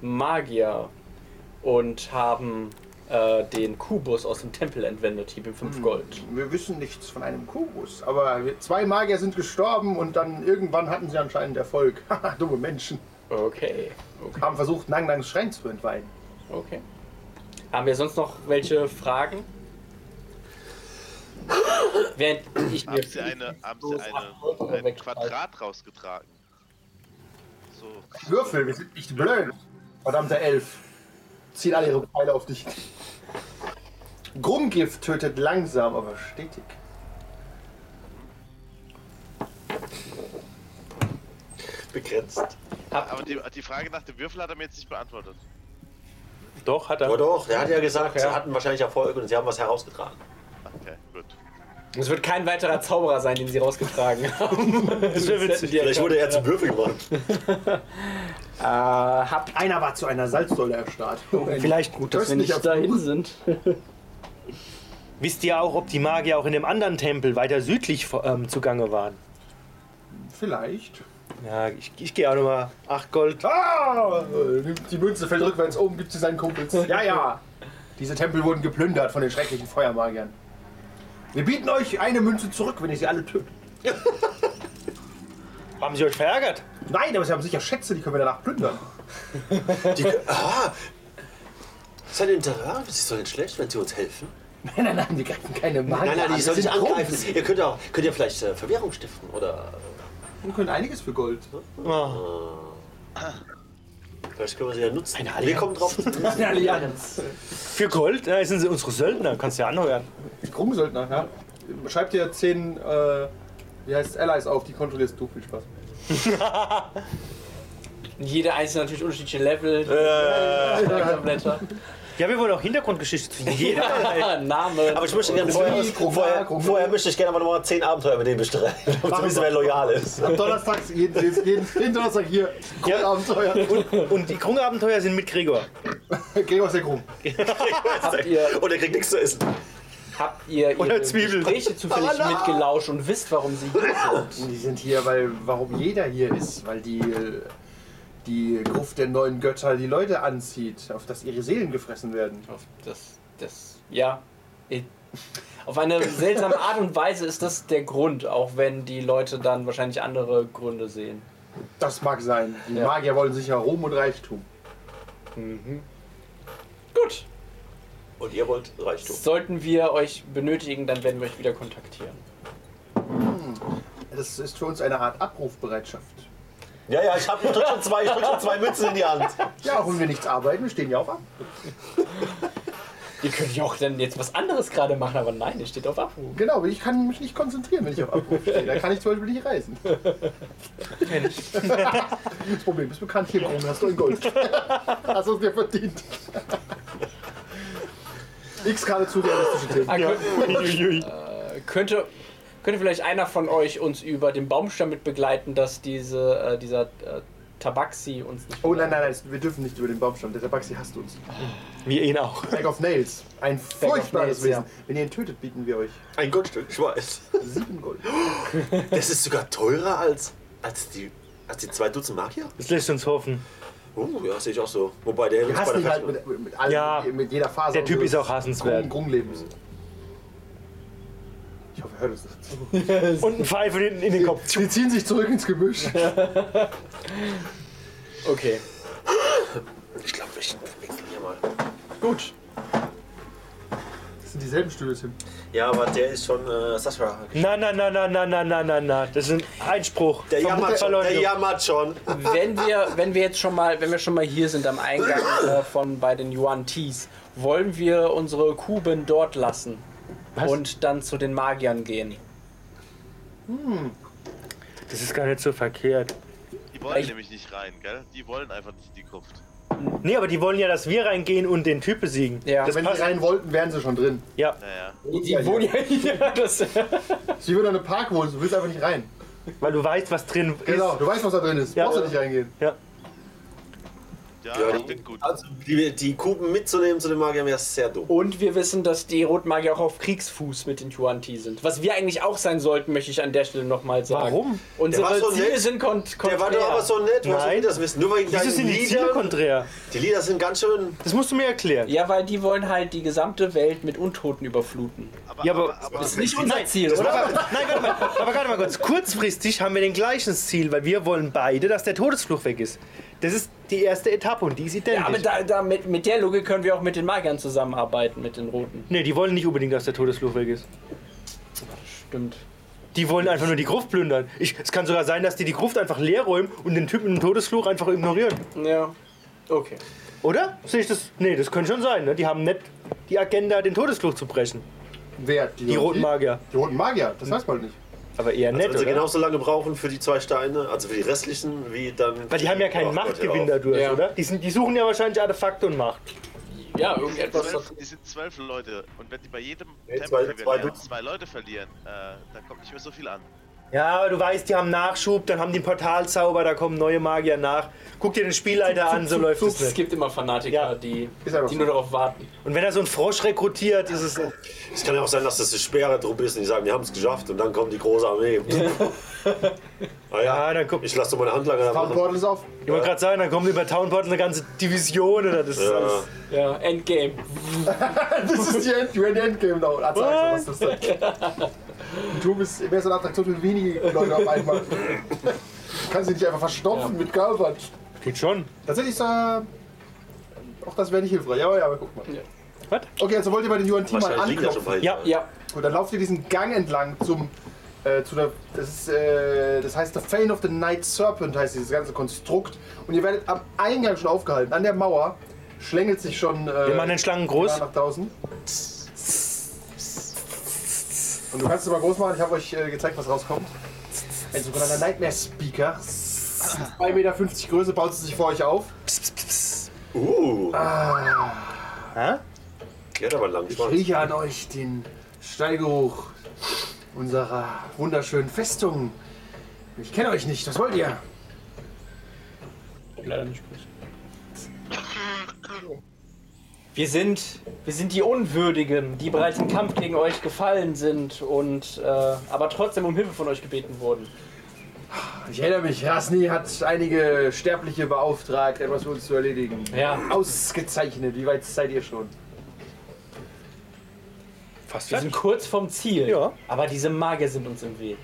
[SPEAKER 6] Magier und haben äh, den Kubus aus dem Tempel entwendet, gib ihm
[SPEAKER 4] Hm.
[SPEAKER 6] 5 Gold.
[SPEAKER 2] Wir wissen nichts von einem Kubus, aber wir- zwei Magier sind gestorben und dann irgendwann hatten sie anscheinend Erfolg. Haha, dumme Menschen.
[SPEAKER 6] Okay,
[SPEAKER 2] Haben versucht, Nang Nangs Schrein zu entweihen.
[SPEAKER 6] okay. Haben wir sonst noch welche Fragen? Während ich mir
[SPEAKER 3] Haben sie eine, haben sie eine,
[SPEAKER 6] Oder
[SPEAKER 3] ein
[SPEAKER 6] wegschmeißen.
[SPEAKER 3] Quadrat rausgetragen. So.
[SPEAKER 2] Würfel, wir sind nicht blöd. Verdammter Elf. Ziehen alle ihre Pfeile auf dich. Grumgift tötet langsam, aber stetig.
[SPEAKER 5] Begrenzt.
[SPEAKER 3] Aber die, die Frage nach dem Würfel hat er mir jetzt nicht beantwortet.
[SPEAKER 4] Doch, hat er.
[SPEAKER 5] Aber doch, er hat ja gesagt, sie hatten wahrscheinlich Erfolg und sie haben was herausgetragen.
[SPEAKER 3] Okay, gut.
[SPEAKER 6] Es wird kein weiterer Zauberer sein, den sie rausgetragen haben.
[SPEAKER 4] Das wäre witzig.
[SPEAKER 5] Vielleicht wurde er zum Würfel gemacht.
[SPEAKER 6] hab
[SPEAKER 2] Einer war zu einer Salzsäule erstarrt.
[SPEAKER 4] Vielleicht gut, dass wir
[SPEAKER 2] Köstlicher Fluch.
[SPEAKER 4] nicht
[SPEAKER 6] dahin sind.
[SPEAKER 4] Wisst ihr auch, ob die Magier auch in dem anderen Tempel weiter südlich ähm, zugange waren?
[SPEAKER 2] Vielleicht.
[SPEAKER 4] Ja, ich, ich gehe auch nochmal. Ach Gold.
[SPEAKER 2] Ah! Nimmt die Münze, fällt rückwärts um, gibt sie seinen Kumpels. Ja, ja. Diese Tempel wurden geplündert von den schrecklichen Feuermagiern. Wir bieten euch eine Münze zurück, wenn ihr sie alle tötet.
[SPEAKER 4] Haben sie euch verärgert?
[SPEAKER 2] Nein, aber sie haben sicher Schätze, die können wir danach plündern.
[SPEAKER 5] Die, ah, ist ein Interieur, das ist doch nicht schlecht, wenn sie uns helfen.
[SPEAKER 2] Nein, nein, nein, wir greifen keine Magier
[SPEAKER 5] Nein, nein,
[SPEAKER 2] an,
[SPEAKER 5] ich soll
[SPEAKER 2] wir
[SPEAKER 5] nicht
[SPEAKER 2] sind Kumpels.
[SPEAKER 5] angreifen. Ihr könnt, auch, könnt ja vielleicht äh, Verwirrung stiften oder
[SPEAKER 2] Wir können einiges für Gold.
[SPEAKER 4] Oh.
[SPEAKER 5] äh, vielleicht können wir sie ja nutzen.
[SPEAKER 2] Eine
[SPEAKER 5] wir
[SPEAKER 2] Allianz.
[SPEAKER 5] kommen drauf.
[SPEAKER 2] Eine Allianz.
[SPEAKER 4] Für Gold äh, sind sie unsere Söldner, kannst du ja anheuern.
[SPEAKER 2] Krummsöldner, ja. Schreib dir 10, äh, wie heißt es, Allies auf, die kontrollierst du. Viel Spaß.
[SPEAKER 6] Jeder einzelne natürlich unterschiedliche Level. Blätter.
[SPEAKER 4] Ja, wir wollen auch Hintergrundgeschichte zu jedem.
[SPEAKER 6] Name.
[SPEAKER 5] Aber ich möchte gerne vorher,
[SPEAKER 2] Mikro,
[SPEAKER 5] vorher,
[SPEAKER 2] Mikro.
[SPEAKER 5] vorher möchte ich gerne aber nochmal zehn Abenteuer mit denen bestreiten, um zu wissen, wer loyal ist.
[SPEAKER 2] Ab Donnerstags, jeden, jeden, jeden Donnerstag hier. Grundabenteuer.
[SPEAKER 4] Und die Krungabenteuer sind mit Gregor.
[SPEAKER 2] Gregor ist der Krumm.
[SPEAKER 6] habt ihr,
[SPEAKER 5] Und er kriegt nichts zu essen.
[SPEAKER 6] habt ihr
[SPEAKER 4] Oder
[SPEAKER 6] ihre
[SPEAKER 4] Zwiebeln.
[SPEAKER 6] Gespräche zufällig mitgelauscht und wisst, warum sie hier sind?
[SPEAKER 2] Die sind hier, weil warum jeder hier ist, weil die äh, die Gruft der neuen Götter die Leute anzieht, auf dass ihre Seelen gefressen werden.
[SPEAKER 6] Auf das, das, ja. Ich- Auf eine seltsame Art und Weise ist das der Grund, auch wenn die Leute dann wahrscheinlich andere Gründe sehen.
[SPEAKER 2] Das mag sein. Die
[SPEAKER 6] Ja.
[SPEAKER 2] Magier wollen sicher Ruhm und Reichtum.
[SPEAKER 6] Gut.
[SPEAKER 5] Und ihr wollt Reichtum.
[SPEAKER 6] Sollten wir euch benötigen, dann werden wir euch wieder kontaktieren.
[SPEAKER 2] Das ist für uns eine Art Abrufbereitschaft.
[SPEAKER 5] Ja, ja, ich habe schon zwei, ich drück schon zwei Mützen in die Hand.
[SPEAKER 2] Ja, auch wenn wir nichts arbeiten, wir stehen ja auf ab.
[SPEAKER 6] Ihr könnt ja auch dann jetzt was anderes gerade machen, aber nein, ihr steht auf Abruf.
[SPEAKER 2] Genau, aber ich kann mich nicht konzentrieren, wenn ich auf Abruf stehe. Da kann ich zum Beispiel nicht reisen. das Problem ist bekannt. Hier, warum hast du ein Gold? Hast du es dir verdient? X gerade zu realistische Themen.
[SPEAKER 6] Ah, könnt, äh, könnte, könnte vielleicht einer von euch uns über den Baumstamm mit begleiten, dass diese, äh, dieser äh, Tabaxi uns nicht.
[SPEAKER 2] Oh nein, nein, nein, wir dürfen nicht über den Baum stammen. Der Tabaxi hasst uns.
[SPEAKER 4] Wir ihn auch.
[SPEAKER 2] Bag of Nails. Ein furchtbares
[SPEAKER 6] Nails,
[SPEAKER 2] Wesen.
[SPEAKER 6] ja.
[SPEAKER 2] Wenn ihr ihn tötet, bieten wir euch
[SPEAKER 5] Ein Goldstück, ich weiß.
[SPEAKER 2] sieben Gold.
[SPEAKER 5] Das ist sogar teurer als, als, die, als die zwei Dutzend Magier?
[SPEAKER 4] Das lässt uns hoffen.
[SPEAKER 5] Oh, ja, sehe ich auch so. Wobei der
[SPEAKER 2] Wir
[SPEAKER 5] ist
[SPEAKER 2] hassen ihn halt
[SPEAKER 5] Festung-
[SPEAKER 2] mit, mit, allen,
[SPEAKER 4] Ja,
[SPEAKER 2] mit jeder Phase.
[SPEAKER 4] der Typ
[SPEAKER 2] unseres
[SPEAKER 4] ist auch hassenswert.
[SPEAKER 2] Grung- Grunglebens. Ich hoffe, er hört uns nicht zu.
[SPEAKER 4] Und ein Pfeil von hinten in den Kopf.
[SPEAKER 2] Die ziehen sich zurück ins Gebüsch.
[SPEAKER 6] Okay,
[SPEAKER 5] Ich glaube, ich wechsle hier mal.
[SPEAKER 6] gut.
[SPEAKER 2] Das sind dieselben Stühle, Tim.
[SPEAKER 5] Ja, aber der ist schon äh, Sascha.
[SPEAKER 4] Na, na, na, na, na, na, na, na, na. Das ist ein Einspruch.
[SPEAKER 5] Der jammert schon. Der
[SPEAKER 4] Verleumdung.
[SPEAKER 5] jammert schon.
[SPEAKER 6] Wenn wir, wenn wir jetzt schon mal, wenn wir schon mal hier sind am Eingang äh, von bei den Yuan Tees, wollen wir unsere Kuben dort lassen und dann zu den Magiern gehen.
[SPEAKER 4] Das ist gar nicht so verkehrt.
[SPEAKER 3] Die wollen
[SPEAKER 6] Ich-
[SPEAKER 3] nämlich nicht rein, gell? Die wollen einfach nicht in die Gruft.
[SPEAKER 4] Nee, aber die wollen ja, dass wir reingehen und den Typ besiegen.
[SPEAKER 6] Ja.
[SPEAKER 4] das
[SPEAKER 2] Wenn die
[SPEAKER 4] passt.
[SPEAKER 2] rein wollten, wären sie schon drin.
[SPEAKER 4] Ja.
[SPEAKER 3] Naja.
[SPEAKER 6] Die, die wohnen ja hier. Das,
[SPEAKER 2] Sie würde an einem Park wohnen, du willst einfach nicht rein.
[SPEAKER 4] Weil du weißt, was drin ist.
[SPEAKER 2] Genau, du weißt, was da drin ist.
[SPEAKER 4] Ja.
[SPEAKER 2] Brauchst du nicht reingehen.
[SPEAKER 4] Ja.
[SPEAKER 3] Ja,
[SPEAKER 5] Ja,
[SPEAKER 3] das
[SPEAKER 5] die-
[SPEAKER 3] klingt gut.
[SPEAKER 5] Also, die, die Kuben mitzunehmen zu den Magiern wäre sehr dumm.
[SPEAKER 6] Und wir wissen, dass die Rotmagier auch auf Kriegsfuß mit den Tuanti sind. Was wir eigentlich auch sein sollten, möchte ich an der Stelle nochmal sagen.
[SPEAKER 4] Warum?
[SPEAKER 5] Der
[SPEAKER 6] Unsere
[SPEAKER 5] war so
[SPEAKER 6] Ziele
[SPEAKER 5] nett.
[SPEAKER 6] sind kont konträr.
[SPEAKER 5] Der war doch aber so nett, woher soll
[SPEAKER 4] Nein.
[SPEAKER 5] ich das wissen? Nur wegen
[SPEAKER 4] Wieso
[SPEAKER 5] deinen
[SPEAKER 4] sind die Ziele
[SPEAKER 5] Liedern.
[SPEAKER 4] konträr?
[SPEAKER 5] Die Lieder sind ganz schön.
[SPEAKER 4] Das musst du mir erklären.
[SPEAKER 6] Ja, weil die wollen halt die gesamte Welt mit Untoten überfluten.
[SPEAKER 3] Aber,
[SPEAKER 4] Ja, aber-
[SPEAKER 3] aber, aber,
[SPEAKER 6] Das ist nicht unser Ziel,
[SPEAKER 4] Oder?
[SPEAKER 6] oder?
[SPEAKER 4] Aber, nein, warte mal. Aber warte mal kurz. Kurzfristig haben wir den gleichen Ziel, weil wir wollen beide, dass der Todesfluch weg ist. Das ist die erste Etappe und die ist identisch.
[SPEAKER 6] Ja, aber da, da, mit, mit der Logik können wir auch mit den Magiern zusammenarbeiten, mit den Roten.
[SPEAKER 4] nee, die wollen nicht unbedingt, dass der Todesfluch weg ist.
[SPEAKER 6] Stimmt.
[SPEAKER 4] Die wollen einfach nur die Gruft plündern. Ich, es kann sogar sein, dass die die Gruft einfach leer räumen und den Typen im Todesfluch einfach ignorieren.
[SPEAKER 6] Ja. Okay.
[SPEAKER 4] Oder? Sehe ich das? Nee, das könnte schon sein. Ne? Die haben nicht die Agenda, den Todesfluch zu brechen.
[SPEAKER 2] Wer?
[SPEAKER 4] Die roten Magier.
[SPEAKER 2] Die roten Magier, das weiß man nicht.
[SPEAKER 4] Aber eher nett,
[SPEAKER 5] Wenn sie
[SPEAKER 4] oder?
[SPEAKER 5] genauso lange brauchen für die zwei Steine, also für die restlichen, wie dann.
[SPEAKER 4] Weil die haben ja keinen
[SPEAKER 5] Ach Gott, hör
[SPEAKER 4] Machtgewinn
[SPEAKER 5] auf.
[SPEAKER 4] dadurch,
[SPEAKER 6] Ja.
[SPEAKER 4] oder? Die, sind, die suchen ja wahrscheinlich Artefakte und Macht.
[SPEAKER 6] Ja,
[SPEAKER 3] die, sind
[SPEAKER 6] irgendetwas.
[SPEAKER 3] zwölf, die sind zwölf Leute. Und wenn die bei jedem
[SPEAKER 5] Nee,
[SPEAKER 3] Tempel
[SPEAKER 5] zwei-
[SPEAKER 3] wenn wir
[SPEAKER 5] zwei
[SPEAKER 3] lernen,
[SPEAKER 5] Dutzend.
[SPEAKER 3] zwei Leute verlieren, äh, da kommt nicht mehr so viel an.
[SPEAKER 4] Ja, aber du weißt, die haben Nachschub, dann haben die einen Portalzauber, da kommen neue Magier nach. Guck dir den Spielleiter an, so läuft es
[SPEAKER 6] Es
[SPEAKER 4] nicht.
[SPEAKER 6] gibt immer Fanatiker,
[SPEAKER 4] Ja.
[SPEAKER 6] die,
[SPEAKER 2] Ist einfach
[SPEAKER 6] die
[SPEAKER 2] so.
[SPEAKER 6] nur darauf warten.
[SPEAKER 4] Und wenn er so einen Frosch rekrutiert, ist es.
[SPEAKER 5] Es kann ja auch sein, dass das eine schwere Truppe ist und die sagen, wir haben es geschafft und dann kommt die große Armee. ah
[SPEAKER 4] Ja,
[SPEAKER 5] ja,
[SPEAKER 4] dann kommt-
[SPEAKER 5] ich lasse doch meine Handlanger da machen.
[SPEAKER 2] Soundportal ist auf.
[SPEAKER 4] Ich wollte gerade sagen, dann kommt über Townport eine ganze Division oder das ist
[SPEAKER 5] Ja.
[SPEAKER 4] alles.
[SPEAKER 6] Ja, Endgame.
[SPEAKER 2] Das ist die End, Grand Endgame Down. Also, was ist das denn? Und Du bist mehr so eine Attraktion für wenige Leute auf einmal. Du kannst dich nicht einfach verstopfen mit Körpern.
[SPEAKER 4] Geht schon.
[SPEAKER 2] Tatsächlich ist äh, Auch das wäre nicht hilfreich. Ja, ja, aber guck mal.
[SPEAKER 6] Ja.
[SPEAKER 4] Was?
[SPEAKER 2] Okay, also wollt ihr bei den Yuan Ti mal
[SPEAKER 5] Wahrscheinlich liegt er schon
[SPEAKER 2] anklopfen.
[SPEAKER 5] bald.
[SPEAKER 4] Ja.
[SPEAKER 6] Ja,
[SPEAKER 2] Und dann lauft ihr diesen Gang entlang zum. Äh, zu der, das, ist, äh, das heißt, The Fane of the Night Serpent heißt dieses ganze Konstrukt. Und ihr werdet am Eingang schon aufgehalten. An der Mauer schlängelt sich schon. Äh,
[SPEAKER 4] Wir machen den Schlangen groß.
[SPEAKER 2] Nach draußen. Und du kannst es mal groß machen. Ich habe euch äh, gezeigt, was rauskommt. Ein sogenannter Nightmare Speaker. 2,50 Meter Größe baut sie sich vor euch auf.
[SPEAKER 5] Uh,
[SPEAKER 4] Ah. Hä?
[SPEAKER 5] der hat aber einen langen
[SPEAKER 2] Ich
[SPEAKER 5] Schwanz.
[SPEAKER 2] rieche an euch den Steigeruch unserer wunderschönen Festung. Ich kenne euch nicht, was wollt ihr?
[SPEAKER 6] leider nicht groß. Wir sind, wir sind die Unwürdigen, die bereits im Kampf gegen euch gefallen sind und äh, aber trotzdem um Hilfe von euch gebeten wurden.
[SPEAKER 2] Ich erinnere mich, Rasni hat einige Sterbliche beauftragt, etwas für uns zu erledigen.
[SPEAKER 6] Ja,
[SPEAKER 2] Ausgezeichnet, wie weit seid ihr schon?
[SPEAKER 4] Fast
[SPEAKER 6] wir sind kurz vom Ziel,
[SPEAKER 4] Ja.
[SPEAKER 6] aber diese Magier sind uns im Weg.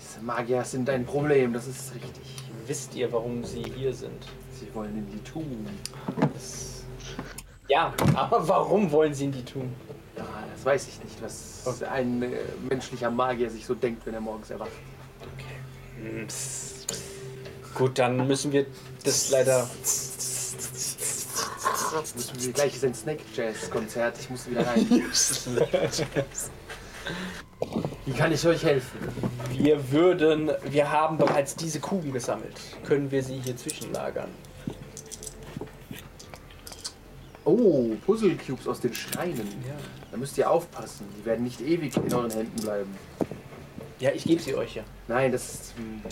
[SPEAKER 2] Diese Magier sind ein Problem, das ist richtig.
[SPEAKER 6] Wisst ihr, warum sie hier sind?
[SPEAKER 2] Sie wollen in die Tugend.
[SPEAKER 6] Ja, aber warum wollen sie ihn die tun?
[SPEAKER 2] Ja, das weiß ich nicht, was ein äh, menschlicher Magier sich so denkt, wenn er morgens erwacht.
[SPEAKER 6] Gut, dann müssen wir das leider.
[SPEAKER 2] Müssen wir gleich ist ein Snake Jazz Konzert, ich muss wieder rein. Wie kann ich euch helfen?
[SPEAKER 6] Wir würden. Wir haben bereits diese Kuben gesammelt. Können wir sie hier zwischenlagern?
[SPEAKER 2] Oh, Puzzle Cubes aus den Schreinen. Da müsst ihr aufpassen. Die werden nicht ewig in euren Händen bleiben.
[SPEAKER 6] Ja, ich gebe sie euch ja.
[SPEAKER 2] Nein, das ist. hm.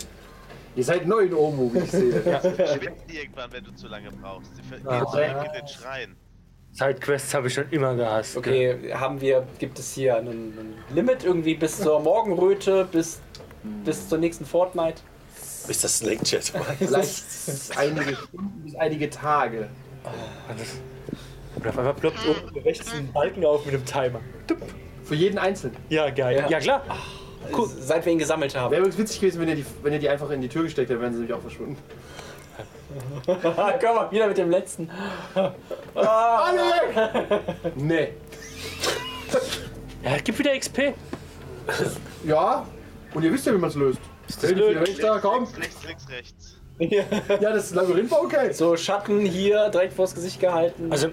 [SPEAKER 2] Ihr seid neu in Omo, wie ich sehe.
[SPEAKER 3] Schwimmt die irgendwann, wenn du zu lange brauchst. Die ver-
[SPEAKER 5] Ah,
[SPEAKER 3] die versenken den Schrein.
[SPEAKER 4] Sidequests habe ich schon immer gehasst.
[SPEAKER 6] Okay, haben wir. Gibt es hier einen, einen Limit irgendwie bis zur Morgenröte, bis, bis zur nächsten Fortnite?
[SPEAKER 5] Ist das Snake Chat?
[SPEAKER 2] Vielleicht einige Stunden bis einige Tage.
[SPEAKER 4] Und auf einmal ploppt oben rechts ein Balken auf mit einem Timer. Tup.
[SPEAKER 2] Für jeden Einzelnen.
[SPEAKER 4] Ja, geil.
[SPEAKER 6] Ja.
[SPEAKER 4] Ja, klar. Cool.
[SPEAKER 6] Seit wir ihn gesammelt haben.
[SPEAKER 2] Wäre übrigens witzig gewesen, wenn ihr, die, wenn ihr die einfach in die Tür gesteckt hättet, wären sie nämlich auch verschwunden.
[SPEAKER 6] Komm mal wieder mit dem letzten.
[SPEAKER 2] Alle! nee.
[SPEAKER 4] Ja, gib wieder XP.
[SPEAKER 2] Ja, und ihr wisst ja, wie man es löst. Wenn die
[SPEAKER 4] blöd?
[SPEAKER 2] vier Wächter kommen.
[SPEAKER 3] Rechts, rechts, rechts.
[SPEAKER 2] Ja, das Labyrinth war okay.
[SPEAKER 6] So, Schatten hier direkt vors Gesicht gehalten.
[SPEAKER 4] Also,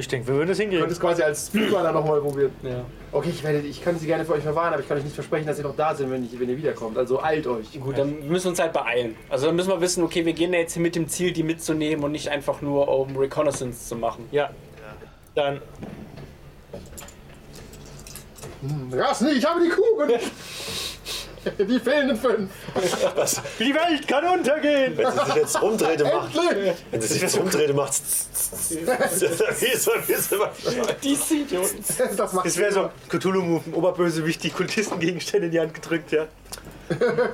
[SPEAKER 4] ich denke, wir würden das
[SPEAKER 2] Ich
[SPEAKER 4] hinkriegen.
[SPEAKER 2] könnte es quasi als Spielbanner nochmal probieren.
[SPEAKER 6] ja.
[SPEAKER 2] Okay, ich, werde, ich kann sie gerne für euch verwahren, aber ich kann euch nicht versprechen, dass ihr noch da sind, wenn, ich, wenn ihr wiederkommt. Also eilt euch.
[SPEAKER 6] Gut, dann müssen wir uns halt beeilen. Also dann müssen wir wissen, okay, wir gehen da jetzt hin mit dem Ziel, die mitzunehmen und nicht einfach nur um Reconnaissance zu machen.
[SPEAKER 4] Ja. Dann.
[SPEAKER 2] Rasni, ich habe die Kuben! die fehlenden fünf!
[SPEAKER 5] Was?
[SPEAKER 4] Die Welt kann untergehen!
[SPEAKER 5] Wenn sie sich jetzt rumdrehte, macht.
[SPEAKER 2] Endlich!
[SPEAKER 5] Wenn sie sich jetzt rumdrehte, macht's. Wie ist das? Wie ist das?
[SPEAKER 6] Die Idioten.
[SPEAKER 2] Das macht
[SPEAKER 4] Das wäre so Cthulhu-Move, Oberbösewicht, die Kultistengegenstände in die Hand gedrückt, ja.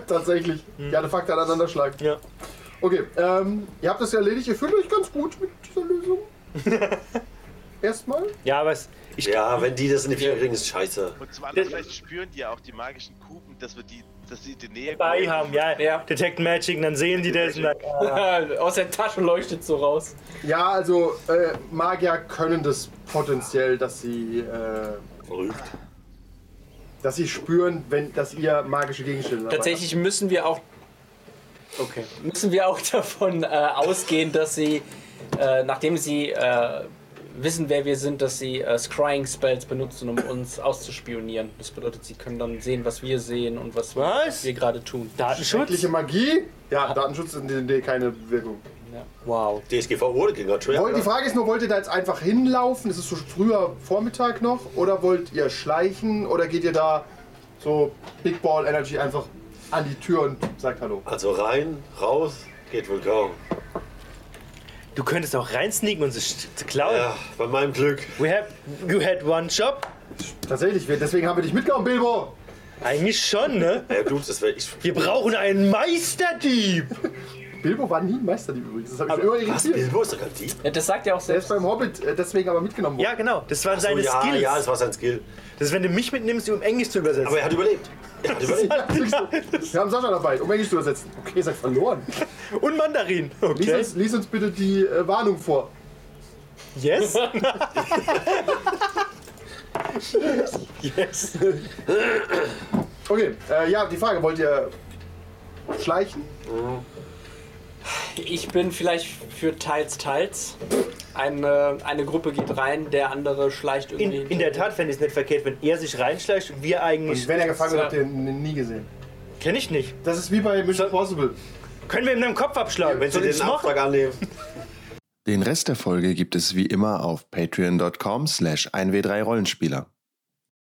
[SPEAKER 2] tatsächlich. Die Artefakte aneinander schlagen.
[SPEAKER 4] Ja.
[SPEAKER 2] Okay, ähm, ihr habt das ja erledigt. Ihr fühlt euch ganz gut mit dieser Lösung. Erstmal.
[SPEAKER 4] Ja, aber es, ich,
[SPEAKER 5] Ja, wenn die das in die Finger kriegen, ist scheiße.
[SPEAKER 3] Und zum anderen, vielleicht spüren die ja auch die magischen Kuben, dass wir die, dass sie in die Nähe
[SPEAKER 4] bei haben, ja.
[SPEAKER 6] Ja.
[SPEAKER 4] Detect Magic, dann sehen die das und dann,
[SPEAKER 6] Aus der Tasche leuchtet so raus.
[SPEAKER 2] Ja, also äh, Magier können das potenziell, dass sie, äh,
[SPEAKER 5] Verrückt.
[SPEAKER 2] dass sie spüren, wenn, dass ihr magische Gegenstände dabei habt.
[SPEAKER 6] Tatsächlich müssen wir auch
[SPEAKER 4] Okay.
[SPEAKER 6] müssen wir auch davon äh, ausgehen, dass sie, äh, nachdem sie äh, wissen, wer wir sind, dass sie äh, Scrying Spells benutzen, um uns auszuspionieren. Das bedeutet, sie können dann sehen, was wir sehen und was,
[SPEAKER 4] Was?
[SPEAKER 6] wir gerade tun.
[SPEAKER 2] Schreckliche
[SPEAKER 4] Datenschutz?
[SPEAKER 2] Magie? Ja, Datenschutz in D&D keine Wirkung.
[SPEAKER 4] Wow.
[SPEAKER 5] DSGVO gegangen,
[SPEAKER 2] Wollt, die
[SPEAKER 5] Entschuldigung.
[SPEAKER 2] Frage ist nur, wollt ihr da jetzt einfach hinlaufen? Ist es so früher Vormittag noch? Oder wollt ihr schleichen? Oder geht ihr da so Big Ball Energy einfach an die Tür und sagt Hallo?
[SPEAKER 5] Also rein, raus, geht wohl kaum.
[SPEAKER 4] Du könntest auch reinsneaken und es st- klauen.
[SPEAKER 5] Ja, bei meinem Glück.
[SPEAKER 4] We have, you had one job?
[SPEAKER 2] Tatsächlich, wir- deswegen haben wir dich mitgenommen, Bilbo!
[SPEAKER 4] Eigentlich schon, ne?
[SPEAKER 5] Ja, gut, das wäre ich.
[SPEAKER 4] Wir brauchen einen Meisterdieb!
[SPEAKER 2] Bilbo war nie ein Meisterdieb übrigens. Das habe ich immer
[SPEAKER 5] Was?
[SPEAKER 2] irritiert.
[SPEAKER 5] Bilbo ist doch kein Dieb?
[SPEAKER 6] Ja, das sagt ja auch
[SPEAKER 2] Der
[SPEAKER 6] selbst.
[SPEAKER 2] ist beim Hobbit äh, deswegen aber mitgenommen worden.
[SPEAKER 4] Ja, genau. Das waren
[SPEAKER 5] So,
[SPEAKER 4] seine
[SPEAKER 5] Oh, ja,
[SPEAKER 4] Skills.
[SPEAKER 5] ja, das war sein Skill.
[SPEAKER 4] Das ist, wenn du mich mitnimmst, um Englisch zu übersetzen.
[SPEAKER 5] Aber er hat überlebt. Er hat überlebt.
[SPEAKER 2] Wir haben Sascha dabei, um Englisch zu übersetzen. Okay, ihr seid verloren.
[SPEAKER 4] Und Mandarin.
[SPEAKER 2] Lies,
[SPEAKER 4] Okay.
[SPEAKER 2] uns, lies uns bitte die äh, Warnung vor.
[SPEAKER 4] Yes? yes.
[SPEAKER 2] Okay, äh, ja, die Frage, wollt ihr schleichen?
[SPEAKER 6] Ich bin vielleicht für teils, teils. Eine, eine Gruppe geht rein, der andere schleicht
[SPEAKER 4] In,
[SPEAKER 6] irgendwie.
[SPEAKER 4] in der Tat fände ich es nicht verkehrt, wenn er sich reinschleicht und wir eigentlich.
[SPEAKER 2] Und wenn er gefangen wird, habt
[SPEAKER 6] Ja.
[SPEAKER 2] ihr ihn nie gesehen.
[SPEAKER 4] Kenn ich nicht.
[SPEAKER 2] Das ist wie bei Mission Impossible.
[SPEAKER 4] Können wir ihm den Kopf abschlagen, wenn sie
[SPEAKER 5] Soll ich
[SPEAKER 4] das
[SPEAKER 5] den
[SPEAKER 4] macht?
[SPEAKER 5] Auftrag annehmen?
[SPEAKER 1] Den Rest der Folge gibt es wie immer auf patreon.com slash 1w3rollenspieler.